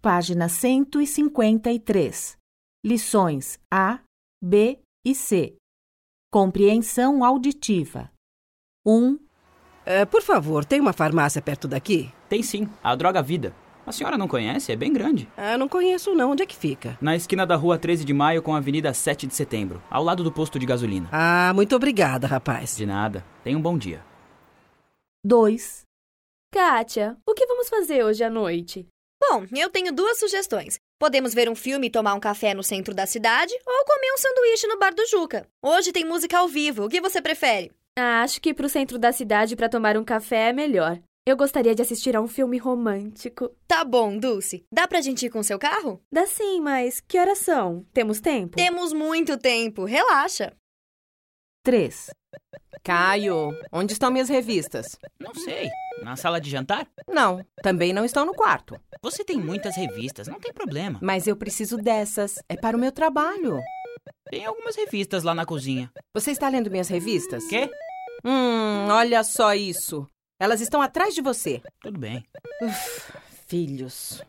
Página 153. Lições A, B e C. Compreensão auditiva. 1, Ah, por favor, tem uma farmácia perto daqui? Tem sim, a Droga Vida. A senhora não conhece? É bem grande. Ah, não conheço não. Onde é que fica? Na esquina da rua 13 de Maio com a Avenida 7 de Setembro, ao lado do posto de gasolina. Ah, muito obrigada, rapaz. De nada. Tenha um bom dia. 2, Kátia, o que vamos fazer hoje à noite? Bom, eu tenho duas sugestões. Podemos ver um filme e tomar um café no centro da cidade ou comer um sanduíche no bar do Juca. Hoje tem música ao vivo. O que você prefere? Ah, acho que ir pro centro da cidade pra tomar um café é melhor. Eu gostaria de assistir a um filme romântico. Tá bom, Dulce. Dá pra gente ir com seu carro? Dá sim, mas que horas são? Temos tempo? Temos muito tempo. Relaxa. 3, Caio, onde estão minhas revistas? Não sei. Na sala de jantar? Não, também não estão no quarto. Você tem muitas revistas, não tem problema. Mas eu preciso dessas. É para o meu trabalho. Tem algumas revistas lá na cozinha. Você está lendo minhas revistas? Quê? Hum, olha só isso. Elas estão atrás de você. Tudo bem. Filhos.